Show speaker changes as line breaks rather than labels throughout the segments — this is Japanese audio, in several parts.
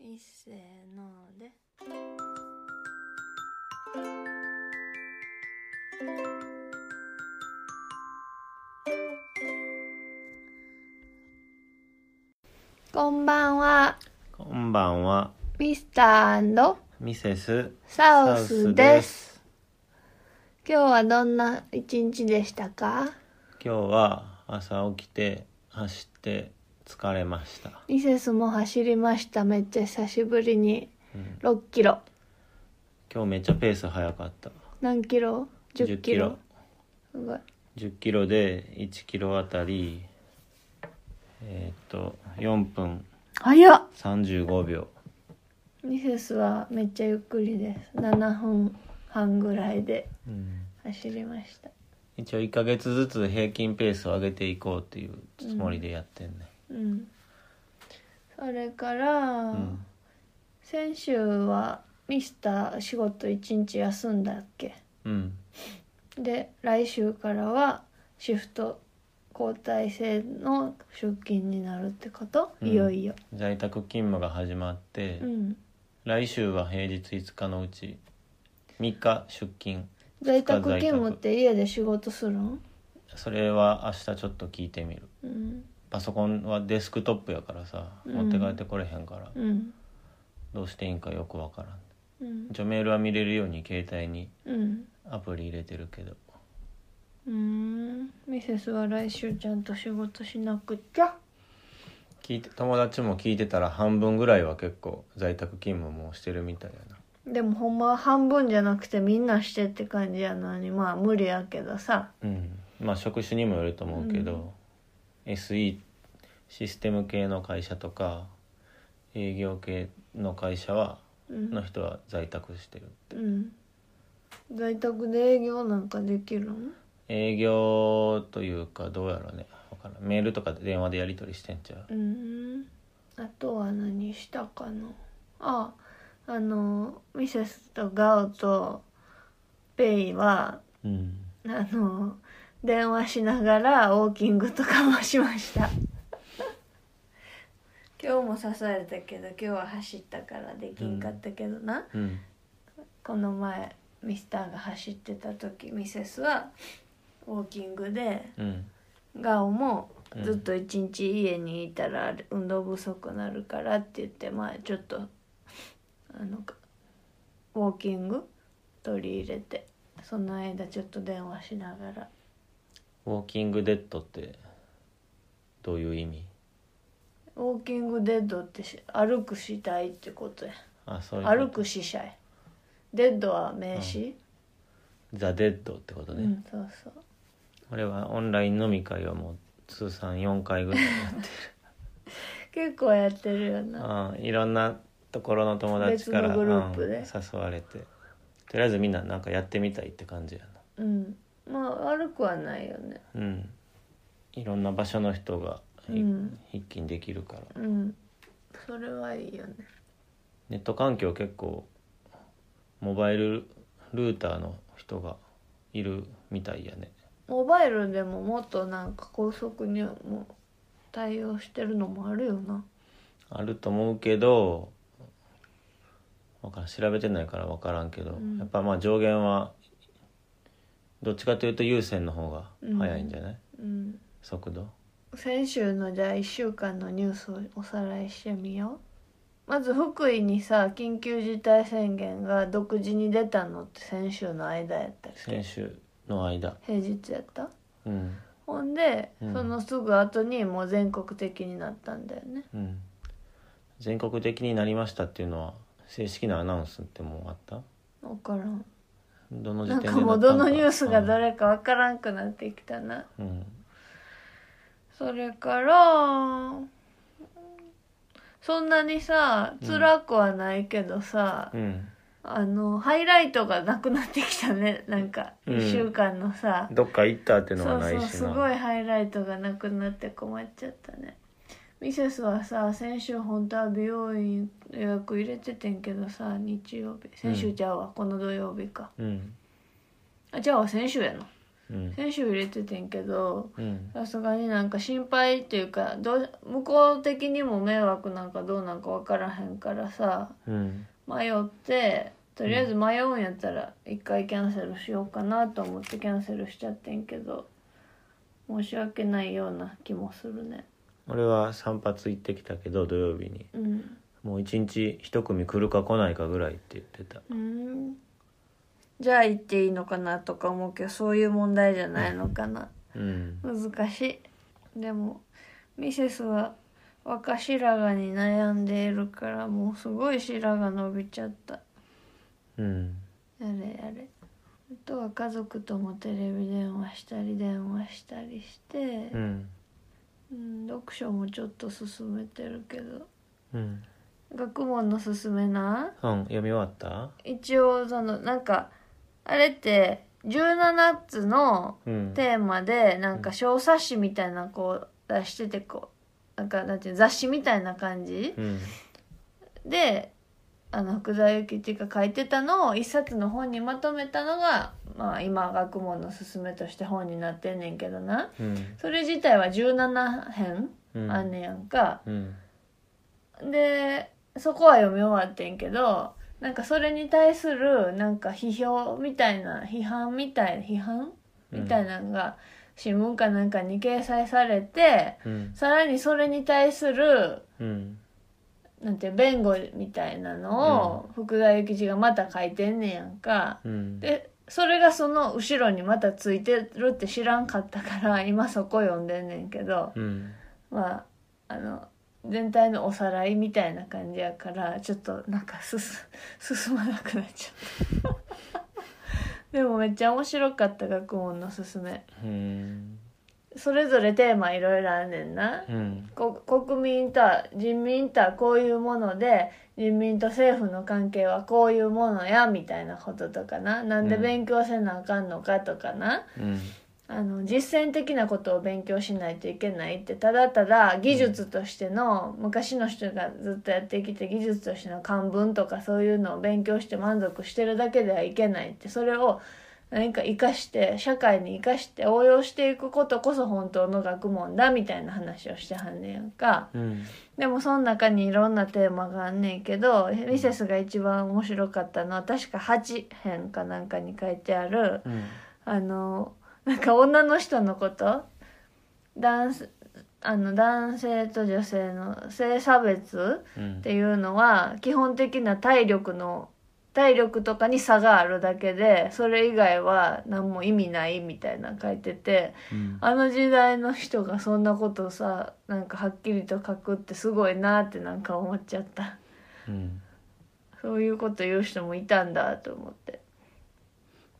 いっせーのでこんばんは
こんばんは、
ミスター
ミセス
サウスです
す。
今日はどんな一日でしたか
今日は朝起きて走って疲れました。
ミセスも走りましためっちゃ久しぶりに
うん、
6キロ
今日めっちゃペース速かった。
何キロ10キロすごい
10キロで1キロあたり、えーっと4分
早っ
35秒。
ミセスはめっちゃゆっくりです7分半ぐらいで
うん
走りました
一応1ヶ月ずつ平均ペースを上げていこうっていうつもりでやってんね。
うんそれから、
うん
先週はミスター仕事1日休んだっけ
うん。
で来週からはシフト交代制の出勤になるってこと、
うん
いよいよ
在宅勤務が始まって、
うん
来週は平日5日のうち3日出勤。
在宅勤務って家で仕事するん、
それは明日ちょっと聞いてみる
うん
パソコンはデスクトップやからさ、
うん
持って帰ってこれへんから
うん
どうしていいんかよくわからん
うん
一応メールは見れるように携帯に
うん
アプリ入れてるけど
うーんミセスは来週ちゃんと仕事しなくちゃ
聞いて友達も聞いてたら半分ぐらいは結構在宅勤務もしてるみたいやな
でもほんまは半分じゃなくてみんなしてって感じやのにまあ無理やけどさ
うんまあ職種にもよると思うけど、SE システム系の会社とか営業系の会社は
うん
の人は在宅してる
うん在宅で営業なんかできるの
営業というかどうやろうねわからんメールとかで電話でやり取りしてんちゃう
うんあとは何したかなああのミセスとガオとペイは
うん
あの電話しながらウォーキングとかもしました今日も刺されたけど今日は走ったからできんかったけどな、
うん
この前ミスターが走ってた時ミセスはウォーキングで
うん
ガオもずっと一日家にいたらあれ運動不足になるからって言ってまあちょっとあのウォーキング取り入れてその間ちょっと電話しながら
ウォーキングデッドってどういう意味
ウォーキングデッドってし歩く死体ってことや
あそういう
歩く死者やデッドは名詞、
ザ・デッドってこと
う
ね、
ん、そうそう
俺はオンライン飲み会はもう通算4回ぐらいやっ てる
結構やってるよな
あいろんなところの友達から
別のグループで
うん誘われてとりあえずみんななんかやってみたいって感じや
うんまあ悪くはないよね
なうんいろんな場所の人がい
うん
一気にできるから
うんそれはいいよね
ネット環境結構モバイルルーターの人がいるみたいやね
モバイルでももっとなんか高速にも対応してるのもあるよな
あると思うけどわからん調べてないから分からんけど、
うん
やっぱまあ上限はどっちかというと優先の方が早いんじゃない、
うん
速度
先週のじゃあ1週間のニュースをおさらいしてみようまず福井にさ緊急事態宣言が独自に出たのって先週の間やったっけ
先週の間
平日やった
うん
ほんで、
うん
そのすぐ後にもう全国的になったんだよね
うん全国的になりましたっていうのは正式なアナウンスってもうあった
分からん
どの時
な
点
ん
で
かもうどのニュースが
誰
誰か分からんくなってきたな
うん
それからそんなにさ
うん
辛くはないけどさ、
うん
あのハイライトがなくなってきたねなんか
うん
1週間のさ、
どっか行ったっていうの
そ
は
う
ないし
そう
な
すごいハイライトがなくなって困っちゃったねミセスはさ先週本当は美容院予約入れててんけどさ日曜日先週ちゃうわ、この土曜日か
うん
あじゃあ先週やな
うん
先週入れててんけど
うん
さすがになんか心配っていうかどう向こう的にも迷惑なんかどうなんか分からへんからさ
うん
迷ってとりあえず迷うんやったら一回キャンセルしようかなと思ってキャンセルしちゃってんけど申し訳ないような気もするね
俺は散髪行ってきたけど土曜日に
うん
もう一日一組来るか来ないかぐらいって言ってた
うんじゃあ行っていいのかなとか思うけどそういう問題じゃないのかな
うん
難しいでもミセスは若白髪に悩んでいるからもうすごい白髪伸びちゃった
うん
やれやれあとは家族ともテレビ電話したり電話したりして
う、ん
うん、読書もちょっと進めてるけど
うん、
学問の進めな
本読み終わった
一応そのなんかあれって17つの
うん
テーマでなんか小冊子みたいなこう出しててこうなんかなんていうの雑誌みたいな感じ
うん
であの福沢諭吉が書いてたのを一冊の本にまとめたのが、まあ、今学問の勧めとして本になってんねんけどな
うん
それ自体は17編
うん
あんねやんか、
うん
でそこは読み終わってんけどなんかそれに対するなんか批評みたいな批判みたい批判
うん
みたいなのが新聞かなんかに掲載されて
うん
さらにそれに対する
うん
なんて弁護みたいなのを福田諭吉がまた書いてんねやんか。
うん
でそれがその後ろにまたついてるって知らんかったから今そこ読んでんねんけど。
うん
まああの全体のおさらいみたいな感じやからちょっとなんか進 進まなくなっちゃった でもめっちゃ面白かった学問のすすめ
うん
それぞれテーマいろいろあんねんな、
うん
こ国民とは人民とはこういうもので人民と政府の関係はこういうものやみたいなこととかななんで
うん
勉強せなあかんのかとかな、
うん
あの実践的なことを勉強しないといけないってただただ技術としての、昔の人がずっとやってきて技術としての漢文とかそういうのを勉強して満足してるだけではいけないってそれを何か生かして社会に生かして応用していくことこそ本当の学問だみたいな話をしてはんねやんか
うん
でもその中にいろんなテーマがあんねんけどミセスが一番面白かったのは確か8編かなんかに書いてある
うん
あのなんか女の人のこと男性あの男性と女性の性差別
うん
っていうのは基本的な体力の体力とかに差があるだけでそれ以外は何も意味ないみたいなの書いてて
うん
あの時代の人がそんなことさなんかはっきりと書くってすごいなってなんか思っちゃった
うん
そういうこと言う人もいたんだと思って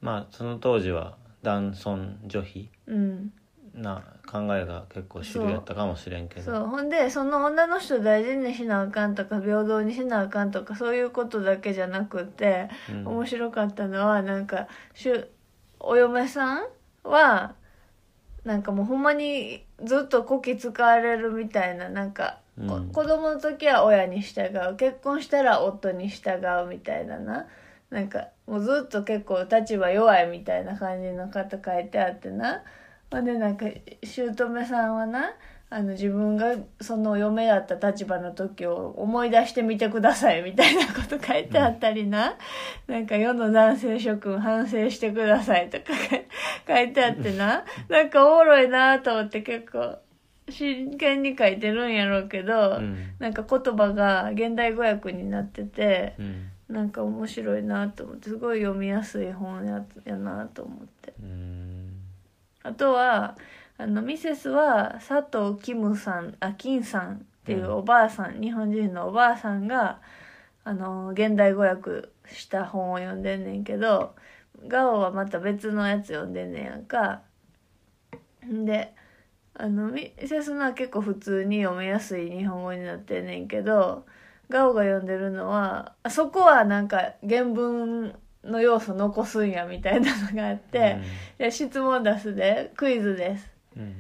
まあその当時は男尊女卑
うん
な考えが結構主流やったかもしれんけ
そう
ど
ほんでその女の人大事にしなあかんとか平等にしなあかんとかそういうことだけじゃなくて、
うん
面白かったのはなんかしゅお嫁さんはなんかもうほんまにずっとこき使われるみたいななんか、こ
うん
子供の時は親に従う結婚したら夫に従うみたいなななんかもうずっと結構立場弱いみたいな感じの方書いてあってなほんでなんか姑さんはなあの自分がその嫁だった立場の時を思い出してみてくださいみたいなこと書いてあったりな、なんか世の男性諸君反省してくださいとか書いてあってななんかおもろいなと思って結構真剣に書いてるんやろうけど、
うん
なんか言葉が現代語訳になってて
うん
なんか面白いなと思ってすごい読みやすい本ややなと思って。
うん
あとはあのミセスは佐藤キムさんあ金さんっていうおばあさん、日本人のおばあさんがあの現代語訳した本を読んでんねんけどガオはまた別のやつ読んでんねんやんか。んであのミセスのは結構普通に読みやすい日本語になってんねんけどガオが読んでるのはあそこはなんか原文の要素残すんやみたいなのがあって。じゃあ質問出すでクイズです。
うん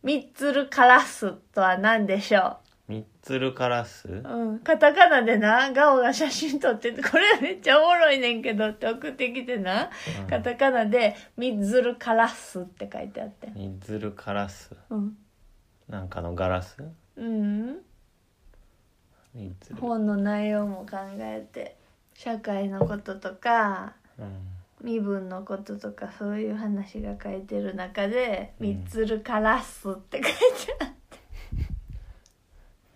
ミッツルカラスとは何でしょ
ミッツルカラス
うん、カタカナでなガオが写真撮っててこれめっちゃおもろいねんけどって送ってきてな、
うん
カタカナで「ミッズルカラス」って書いてあって
ミッツルカラス
うん、
なんかのガラス
うん、
ミッツル、
本の内容も考えて社会のこととか
うん、
身分のこととかそういう話が書いてる中で「
うん
ミッツルカラス」って書いてある、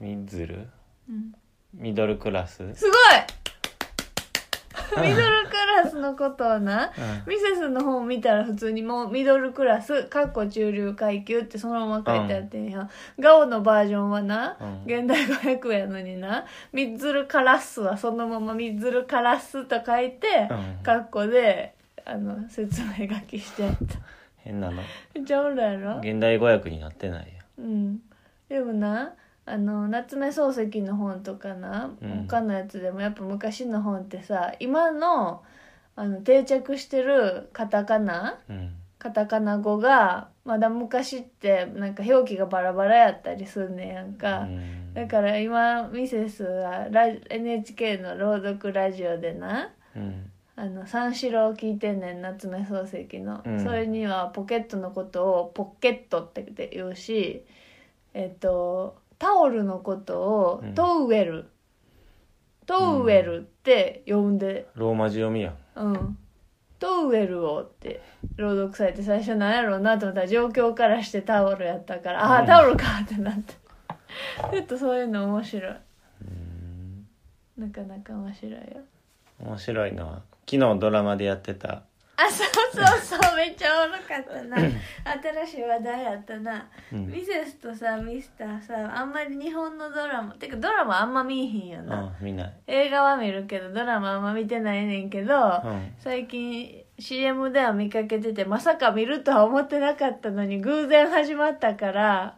ミッツル
うん、
ミドルクラス、うん、
すごいミドルクラスのことをなミセスの本見たら普通にもうミドルクラス、かっこ中流階級ってそのまま書いてあってんや。ガオのバージョンはな、
うん
現代語訳やのにな、ミッズルカラスはそのままミッズルカラスと書いて、
うん
かっこで、あの、説明書きしてあった。
変なの
めっちゃおるやろ
現代語訳になってないや
うん。でもな、あの夏目漱石の本とかな、
うん
他のやつでもやっぱ昔の本ってさ今のあの定着してるカタカナ、
うん
カタカナ語がまだ昔ってなんか表記がバラバラやったりすんねやんか、
うん
だから今ミセスはラ NHK の朗読ラジオでな
うん
あの三四郎聞いてんねん夏目漱石の、
うん
それにはポケットのことをポケットって言うしえっとタオルのことを
うん
トウエル、トウエルって呼んで
ローマ字読みやん
うん。とウエルをって朗読されて最初なんやろうなと思ったら状況からしてタオルやったから、あ
う
あ
ん
タオルかってなってちょっとそういうの面白い
うん
なかなか面白いよ
面白いのは昨日ドラマでやってた
あそうそうそうめっちゃおもろかった な新しい話題やったな、
うん
ミセスとさミスターさあんまり日本のドラマてかドラマあんま見いひんよな、
あ見ない
映画は見るけどドラマあんま見てないねんけど、
うん
最近 CM では見かけててまさか見るとは思ってなかったのに偶然始まったから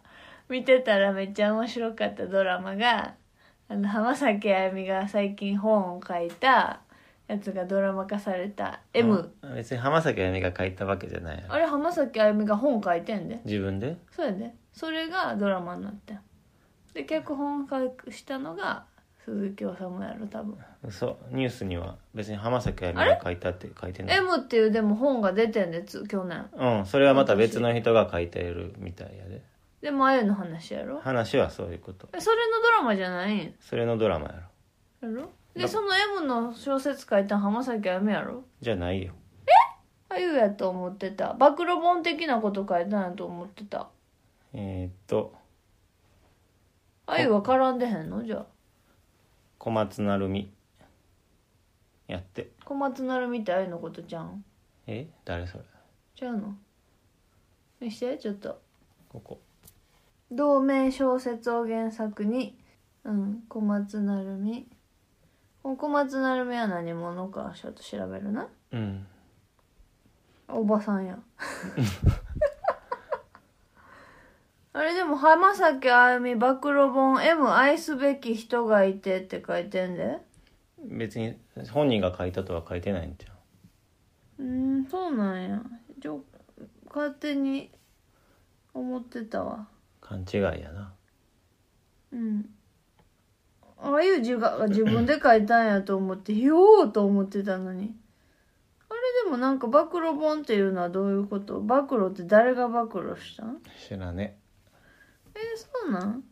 見てたらめっちゃ面白かったドラマがあの浜崎あゆみが最近本を書いたやつがドラマ化された「M
うん別に浜崎あゆみが書いたわけじゃないや」ろ
あれ浜崎あゆみが本書いてんで
自分で
そうやでそれがドラマになってんで脚本書くしたのが鈴木治やろ多分
そうニュースには別に浜崎あゆみが書いたって書いて
「
ない
M」っていうでも本が出てんでつ去年
うんそれはまた別の人が書いてるみたいやで
でもあゆの話やろ
話はそういうこと
えそれのドラマじゃないんや
それのドラマやろ
ろで
だ
その M の小説書いたん浜崎あゆみやろ
じゃないよ
あゆやと思ってた暴露本的なこと書いたんやと思ってた
えー、っと
あゆは絡んでへんのじゃあ
小松成美やって
小松成美ってあゆのことじゃん
え誰それ
ちゃうの見してちょっと
ここ
同名小説を原作にうん小松成美この小松成美は何者かちょっと調べるな
うん
おばさん やあれでも浜崎あゆみ暴露本 M 愛すべき人がいてって書いてんで
別に本人が書いたとは書いてないんじゃん
うーんそうなんやじょ勝手に思ってたわ
勘違いやな
うんああいう字が自分で書いたんやと思って「よー」と思ってたのにあれでもなんか暴露本っていうのはどういうこと暴露って誰が暴露したん
知らね
えー、そうなん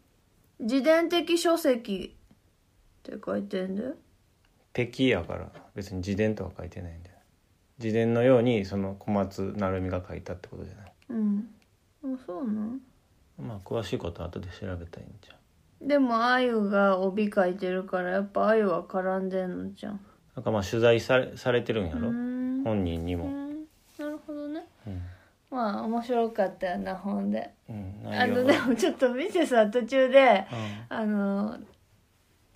自伝的書籍って書いてんだよ
ペキやから別に自伝とは書いてないんだよ自伝のようにその小松成美が書いたってことじゃない
うんあそうなん
まあ詳しいことは後で調べたいんじゃん
でもあゆが帯書いてるからやっぱあゆは絡んでんのじゃん
なんかまあ取材されされてるんや
う
ろ
ん
本人に
う
も
んなるほどね
うん、
まあ面白かったよな本で
うん、
あ
内
の
容
で
が
もちょっとミセスは途中で
うん
あの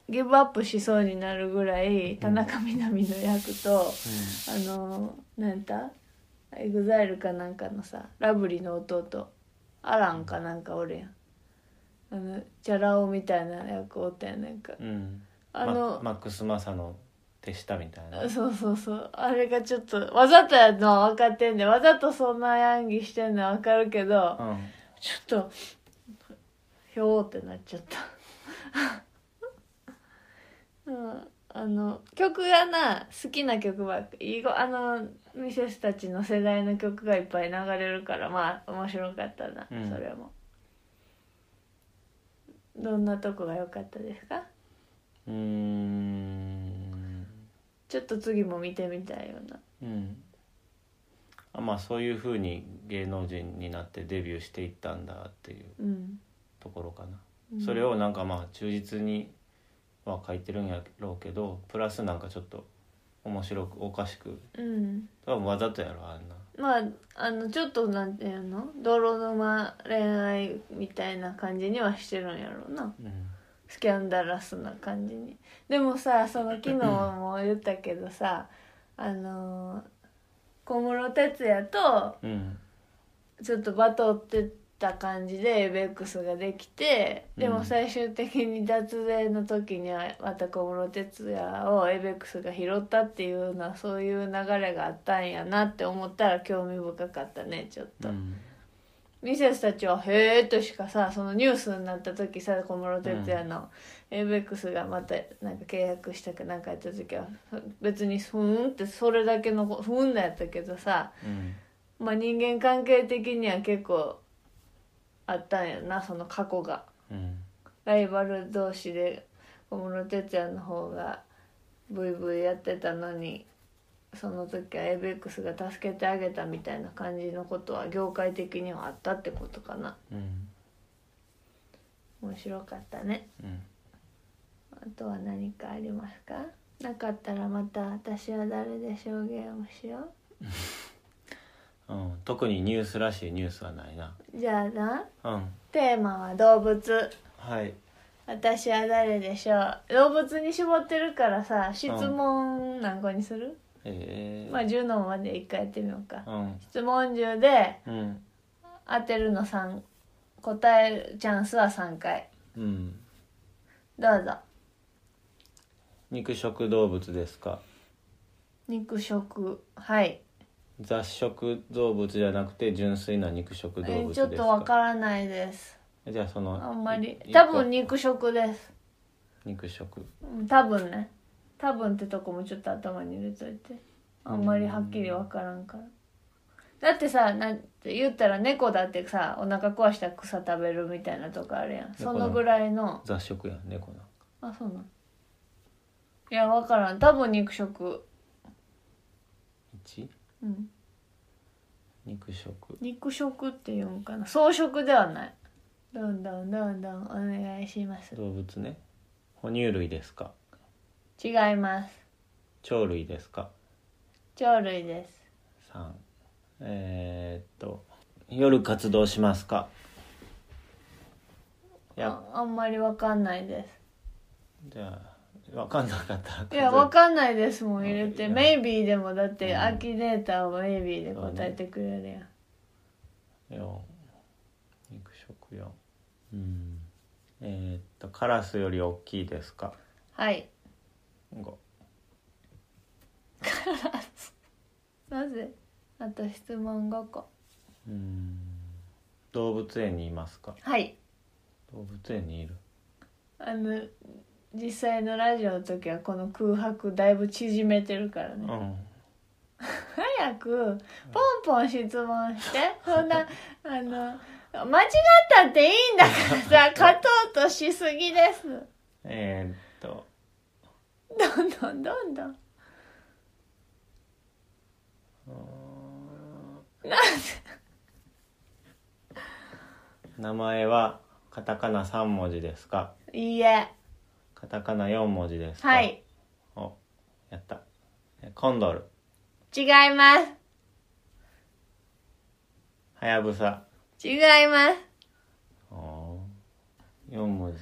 ギブアップしそうになるぐらい田中みな実の役と、あのなんやったエグザイルかなんかのさラブリーの弟アランかなんかおるやんあのチャラ男みたいな役おったやんなんか
うん、うん
あ
ま
の、
マックス・マサの手下みたいな
そうそうそうあれがちょっとわざとやのは分かってんでわざとそんな演技してんのは分かるけど
うん
ちょっとひょーってなっちゃった うんあの曲がな好きな曲ばっかりあのミセスたちの世代の曲がいっぱい流れるからまあ面白かったな、
うん
それもどんなとこが良かったですか
うーん
ちょっと次も見てみたいような
うんあまあそういうふうに芸能人になってデビューしていったんだっていう
うん、
ところかな、
うん
それをなんかまあ忠実には書いてるんやろうけどプラスなんかちょっと面白くおかしく
うん
多分わざとやろあんな
まああのちょっとなんていうの泥沼恋愛みたいな感じにはしてるんやろうな
うん
スキャンダラスな感じにでもさその昨日も言ったけどさあのー小室哲哉と
うん
ちょっとバトってた感じでエイベックスができてで
う
も
ん
最終的に脱税の時にはまた小室哲哉をエイベックスが拾ったっていうのはそういう流れがあったんやなって思ったら興味深かったねちょっと。
うん
ミセスたちは「へえ」としかさそのニュースになった時さ小室哲哉の ABEX がまたなんか契約したかなんかやった時は別に「ふーん」ってそれだけの「ふーん」だやったけどさ
うん
まあ人間関係的には結構あったんやなその過去が。
うん
ライバル同士で小室哲哉の方がブイブイやってたのにその時は ABEX が助けてあげたみたいな感じのことは業界的にはあったってことかな
うん
面白かったね
うん
あとは何かありますかなかったらまた私は誰で証言をしよ
うん、特にニュースらしいニュースはないな
うじゃあな
うん
テーマは動物
はい
私は誰でしょう動物に絞ってるからさ質問何個にする、
えー、
まあ10のまで一回やってみようか
うん
質問10で
うん
当てるの3答えるチャンスは3回
うん
どうぞ
肉食動物ですか
肉食はい
雑食動物じゃなくて純粋な肉食動
え
物です
ちょ
か
っとわからないです
じゃあその
あんまり
い
多分
一
肉食です
個肉食
うん多分ね多分ってとこもちょっと頭に入れといてあんまりはっきり分からんからだってさなんて言ったら猫だってさお腹壊したら草食べるみたいなとこあるやんそのぐらいの
雑食やん猫なんか
あそうなんいや分からん多分肉食
一
うん
肉食
肉食って言うんかな草食ではないどんどんどんどんお願いします
動物ね哺乳類ですか
違います
鳥類ですか
鳥類です
三えー、っと夜活動しますかいや
ああんまり分かんないです
じゃあわかんなかったら
いや、わかんないですもん、入れて。
うん
メイビーでも、だって、
うん
アキデータをメイビーで答えてくれるやん。
四肉食四うんえーっとカラスより大きいですか
はい。
五
なぜあと質問5個。
うん動物園にいますか
はい。
動物園にいる
あの、実際のラジオの時は、この空白だいぶ縮めてるから
う
ね。
ん
早く、ポンポン質問 して。そんな、あの、間違ったっていいんだ からさ、勝とうとしすぎです。
えー、っと
どんどんどんどん。
うーん
なんで
名前はカタカナ三文字ですか
いいえ。
カタカナ四文字ですか
はい。
おやったえコンドル
違います。
はやぶさ
違います。
おー四文字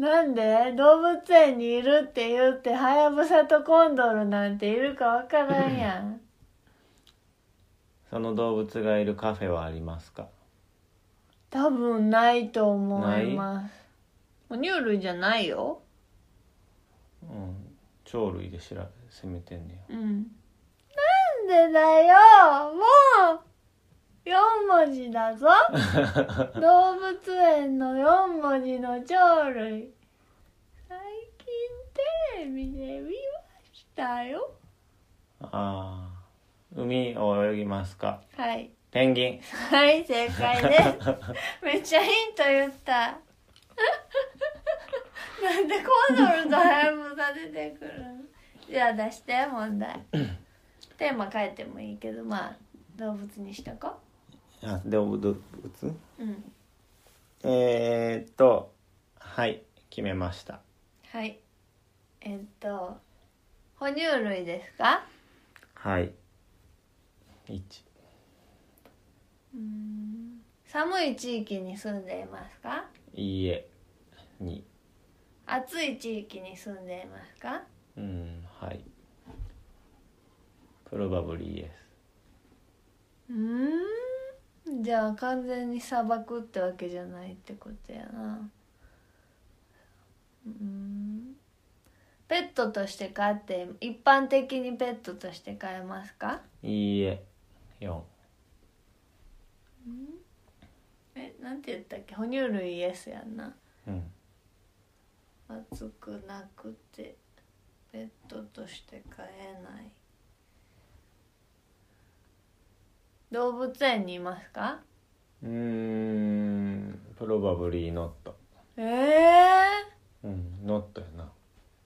なんで動物園にいるって言ってハヤブサとコンドルなんているかわからんやん
その動物がいるカフェはありますか
多分ないと思います哺乳類じゃないよ
うん鳥類で調べ攻めてんね
うんなんでだよもう4文字だぞ動物園の4文字の鳥類最近テレビで見ましたよ
ああ海を泳ぎますか
はい
ペンギン
はい正解ですめっちゃヒント言った なんでコンドルとハヤブサ出てくるのじゃあ出して問 題テーマ変えてもいいけどまあ動物にしとこ
あ動物
ううん
えー、っとはい決めました
はいえっと哺乳類ですか
はい一
うん寒い地域に住んでいますか
いいえ二
暑い地域に住んでいますか
うんはいプロバブリーです
うーんじゃあ完全に砂漠ってわけじゃないってことやなうーんペットとして飼って一般的にペットとして飼えますか
いいえ四
えなんて言ったっけ哺乳類イエスやんな
うん
暑くなくてペットとして飼えない動物園にいますか
うーんプロバブリーノット
ええ
うんノットやな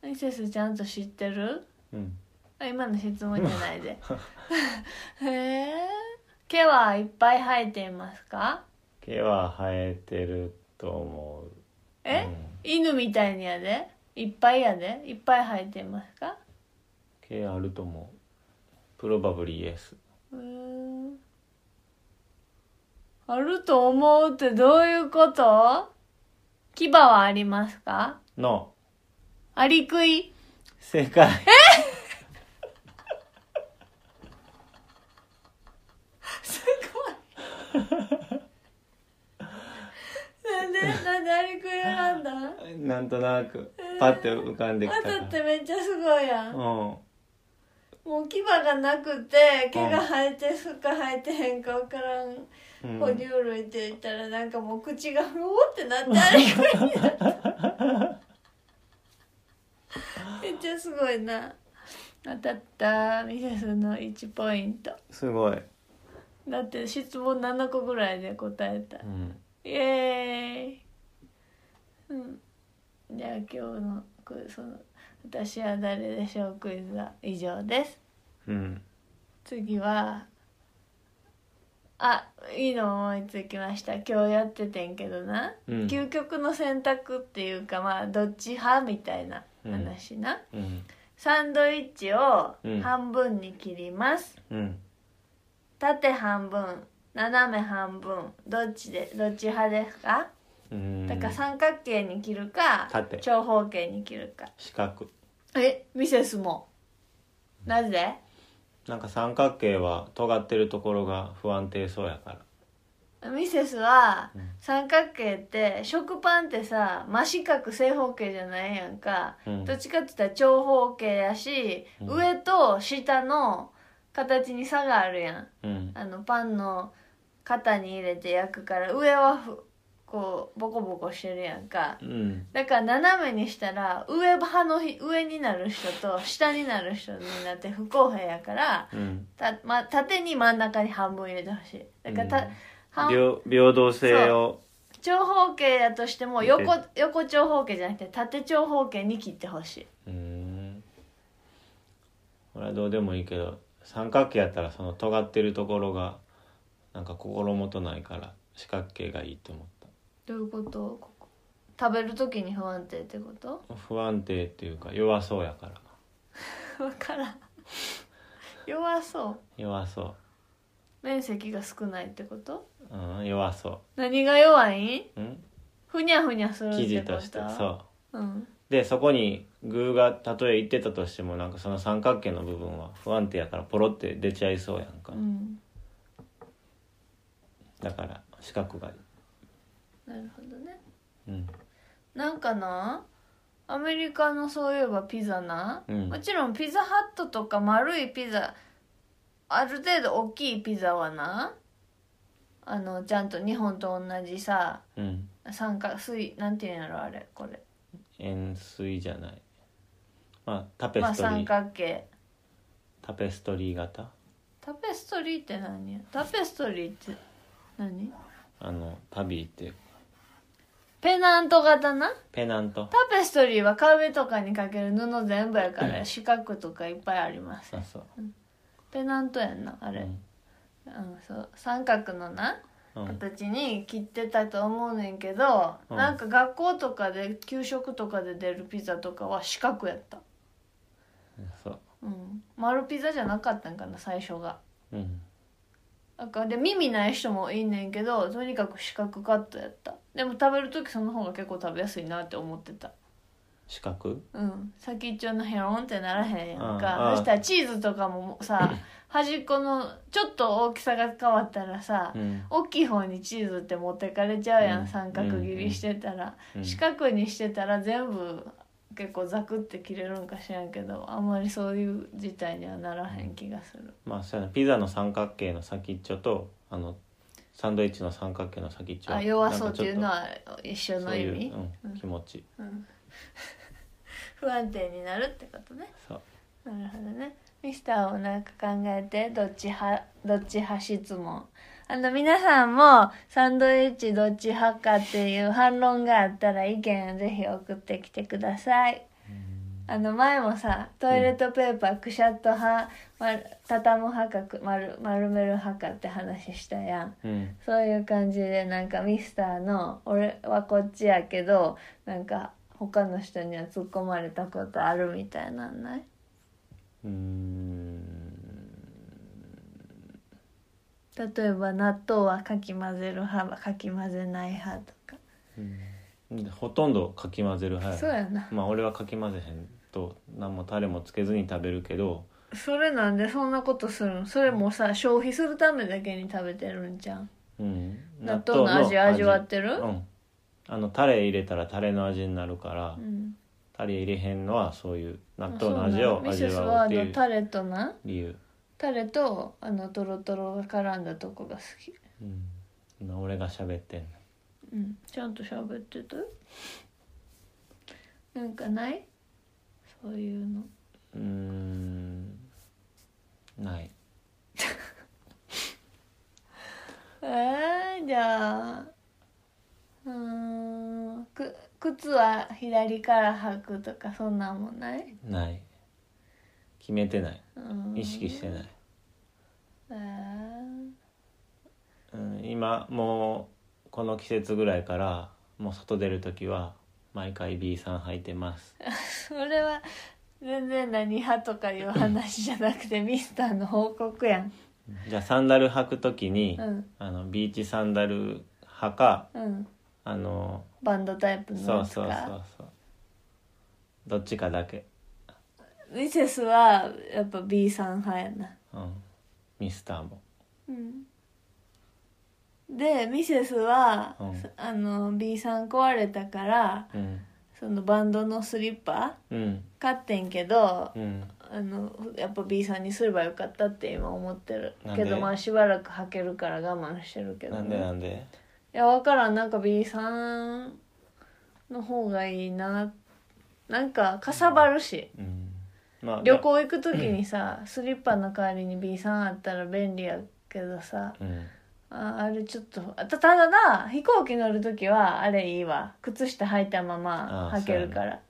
ー、先生ちゃんと知ってる
うん
あ今の質問じゃないでへえ毛はいっぱい生えていますか
毛は生えてると思う
え、
うん
犬みたいにやでいっぱいやでいっぱい生えていますか
毛あると思うプロバブリー S
うーんあると思うってどういうこと牙はありますか
の
アリク イ
正解
すごいなんでなんでアリクイ選んだん
なんとなくパッて浮かんできたか
朝
ら
ってめっちゃすごいやん
うん
もう牙がなくて毛が生えてすか生えてへんか分からん、
うん
哺乳類って言ったらなんかもう口がふおってなってあれぐらいになっためっちゃすごいな当たったミセスの1ポイント
すごい、
だって質問7個ぐらいで答えた
うん、
イエーイ、うん、じゃあ今日のクイズその「私は誰でしょう」クイズは以上です
うん
次はあいいの思いつきました今日やっててんけどな、
うん
究極の選択っていうかまあどっち派みたいな話な、
うん
サンドイッチを
うん
半分に切ります、
うん
縦半分斜め半分どっちでどっち派ですか、
うん
だから三角形に切るか
縦
長方形に切るか
四角
えミセスもなぜ
なんか三角形は尖ってるところが不安定そうやから
ミセスは
うん
三角形って食パンってさ真四角正方形じゃないやんか、
うん
どっちかって言ったら長方形やし、
うん
上と下の形に差があるやん
うん
あのパンの型に入れて焼くから上はふこうボコボコしてるやんか
うん
だから斜めにしたら上派のひ上になる人と下になる人になって不公平やから
うん
た、ま、縦に真ん中に半分入れてほしいだからた、
うん
半
平平等性を
長方形やとしても横
見
横長方形じゃなくて縦長方形に切ってほしい
うんこれはどうでもいいけど三角形やったらその尖ってるところがなんか心もとないから四角形がいいと思っ
どういうことここ食べる時に不安定ってこと
た不安定っていうか弱そうやか ら
わからん弱そう
弱そ
面積が少ないってこと
う、うん、弱そ
何が弱いん
う、うん、
ふにゃふにゃするっ
生
て
地
こと
としてそう
う、ん、
でそこに具がたとえいってたとしてもなんかその三角形の部分は不安定やからポロって出ちゃいそうやんか、
うん、
だから四角がいい、
なるほどね
うん、
なんかなアメリカのそういえばピザな、
うん
もちろんピザハットとか丸いピザある程度大きいピザはなあのちゃんと日本と同じさ
うん
酸化水なんていうんやろあれこれ
円錐じゃないまあタペ
まあ
ストリ
三
ー、
角形
タペストリー型
タペストリーって何やタペストリーって何
あのタビーって
ペナント型な
ペナント
タペストリーは壁とかにかける布全部やから四角とかいっぱいあります
あそう
ペナントやんなあ
あ
れ、うんそう三角のな
うん、うん、
形に切ってたと思うねんけど、
うん
なんか学校とかで給食とかで出るピザとかは四角やった、
そう
うん、丸ピザじゃなかったんかな最初が
うん
なんかで耳ない人もいいねんけどとにかく四角カットやったでも食べる時その方が結構食べやすいなって思ってた
四角
うん先っちょのヘロンってならへんやん
うんう
か
ん
そしたらチーズとかもさ端っこのちょっと大きさが変わったらさ、
うん
大きい方にチーズって持ってかれちゃうやん、
うん
三角切りしてたら、
うん
四角にしてたら全部結構ザクって切れるんか知らんけどあんまりそういう事態にはならへん気がする
まあそうやなピザの三角形の先っちょとあのサンドイッチの三角形の先っちょ
あ弱そうっていうの
は
は一緒の意味
う、うん、気持ち
うん、不安定になるってことね
そう
なるほどねミスターをなんか考えてどっち派どっち派質問あの皆さんもサンドイッチどっち派かっていう反論があったら意見をぜひ送ってきてくださいあの前もさトイレットペーパーくしゃっと派、ま、畳む派かく丸丸める派かって話したやん
うん
そういう感じでなんかミスターの「俺はこっちやけどなんか他の人には突っ込まれたことある」みたいなんないう
ーん
例えば納豆はかき混ぜる派かき混ぜない派とか、
うんほとんどかき混ぜるはい
そうやな
まあ俺はかき混ぜへんと何もタレもつけずに食べるけど
それなんでそんなことするのそれもさ消費するためだけに食べてるんじゃん
うん
納豆の味味わってる
うんあのタレ入れたらタレの味になるから、
うん
タレ入れへんのはそういう納
そう
豆の
な
味
の
を
ミ
味
セス
わう
ワ
ってい
ード
う
タレとな
理由、
タレとあのトロトロが絡んだとこが好き
うん、今俺が喋ってんの
うんちゃんと喋ってたよなんかないそういうの
うーんない
えー、じゃあうーんく靴は左から履くとかそんなんもない
ない決めてない意識しててない、
えー
うん、今もうこの季節ぐらいからもう外出る時は毎回 B さん履いてます
それは全然何派とかいう話じゃなくてミスターの報告やん
じゃあサンダル履く時に、
うん
あのビーチサンダル派か
うん
あの
バンドタイプの
そ
や
う
つか
そうそうそうどっちかだけ
ミセスはやっぱ B さん派やな
うんミスターも
うんでミセスは、
うん
あの B さん壊れたから
うん
そのバンドのスリッパ
うん
買ってんけど、
うん
あのやっぱ B さんにすればよかったって今思ってる
なんで
けどまあしばらく履けるから我慢してるけど
な
ね、
んでなんで
いやわからんなんか B さんの方がいいななんかかさばるし
うんまあ
旅行行く時にさスリッパの代わりに B さんあったら便利やけどさ
うん
ああれちょっとあたただな飛行機乗る時はあれいいわ靴下履いたまま
あー
履けるから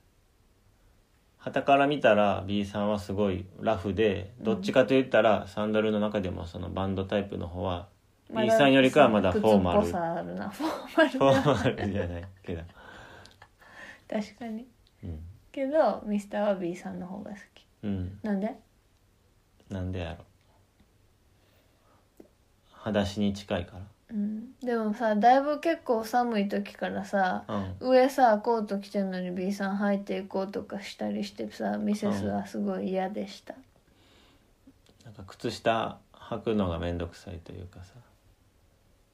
傍から見たら B さんはすごいラフでどっちかと言ったらサンダルの中でもそのバンドタイプの方は B さんよりかはまだフォーマル
靴っぽさあるなフォーマル
フォーマルじゃないけど、
確かに
うん
けどミスターは B さんの方が好き
うん、
なんで
なんでやろ裸足に近いか
うんでもさだいぶ結構寒い時からさ
らうん
上さコート着てんのに B さん履いていこうとかしたりしてさミセスはすごい嫌でした、
なんか靴下履くのが面倒くさいというかさ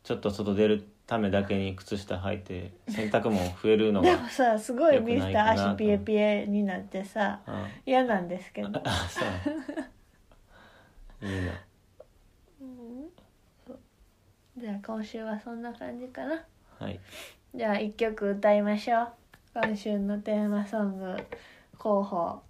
ちょっと外出るためだけに靴下履いて洗濯も増えるの
で
が
もさすごい
良くない
ミスタ
かなと
ー足ピエピエになってさ
うん
嫌なんですけど
あそういいな
じゃあ今週はそんな感じかな
はい
じゃあ一曲歌いましょう今週のテーマソング候補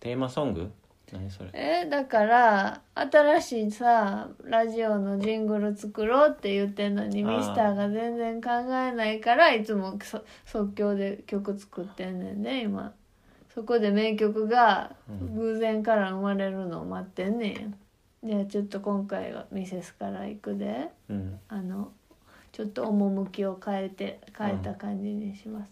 テーマソング何それ
えだから新しいさラジオのジングル作ろうって言ってんのに
あー
ミスターが全然考えないからいつもそ即興で曲作ってんねんね今そこで名曲が
うん
偶然から生まれるのを待ってんねん、じゃあちょっと今回はミセスから行くで
うん
あのちょっと趣を変えて変えた感じにします。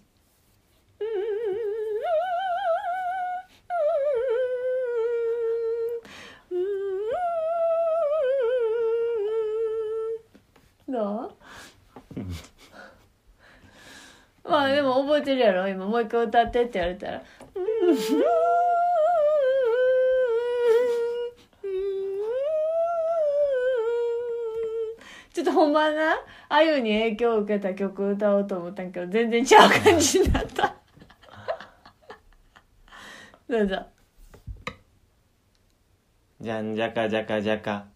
どうまあでも覚えてるやろ今もう一回歌ってって言われたら。ちょっとほんまなあゆに影響を受けた曲歌おうと思ったんやけど全然違う感じになった どうぞ
じゃんじゃかじゃかじゃか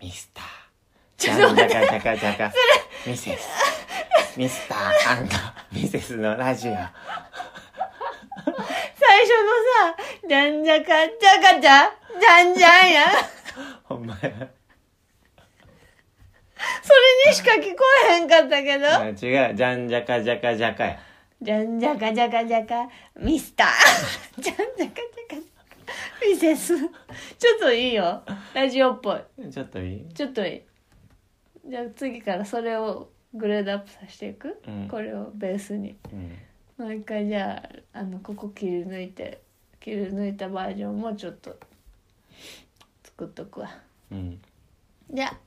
ミスター
ち
じ
ょっと
ゃんじ
待
ゃ
っ
か
て
じゃかじゃかミセスミスターアンドミセスのラジオ
最初のさ「じゃんじゃかじゃかじゃじゃんじゃん」やん
ほんまや
それにしか聞こえへんかったけど
あ違うじゃんじゃかじゃかじゃかや
じゃんじゃかじゃかじゃか、ミスター。 じゃんじゃかじゃかじゃか、ミセス。ちょっといいよ。ラジオっぽい。
ちょっといい
ちょっといい。じゃあ次からそれをグレードアップさせていく、
うん
これをベースに。
うん
もう一回じゃあ、あの、ここ切り抜いて、切り抜いたバージョンもちょっと作っとくわ。
うん
じゃあ、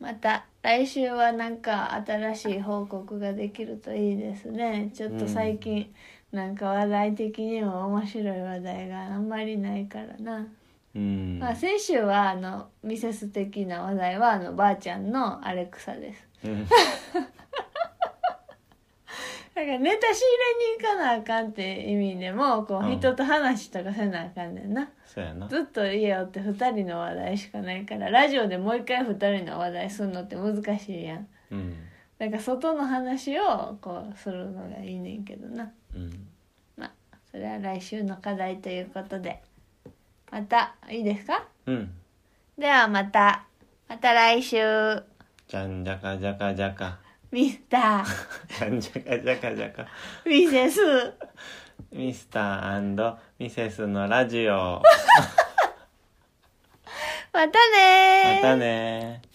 また来週はなんか新しい報告ができるといいですねちょっと最近、なんか話題的にも面白い話題があんまりないからな、
うん
まあ先週はあのミセス的な話題はあのばあちゃんのアレクサです
うん
だからネタ仕入れに行かなあかんって意味でもこ
う
うん人と話とかせなあかんねんな、
そうやな
ずっと家おって2人の話題しかないからラジオでもう一回2人の話題するのって難しいやん
うん
なんか外の話をこうするのがいいねんけどな
うん
まあそれは来週の課題ということでまたいいですか
うん
ではまたまた来週
じゃんじゃかじゃかじゃか
ミスター
じゃんじゃかじゃかじゃか
ミセス
ミスターアンドミセスのラジ
ま
オ
たねー
またねー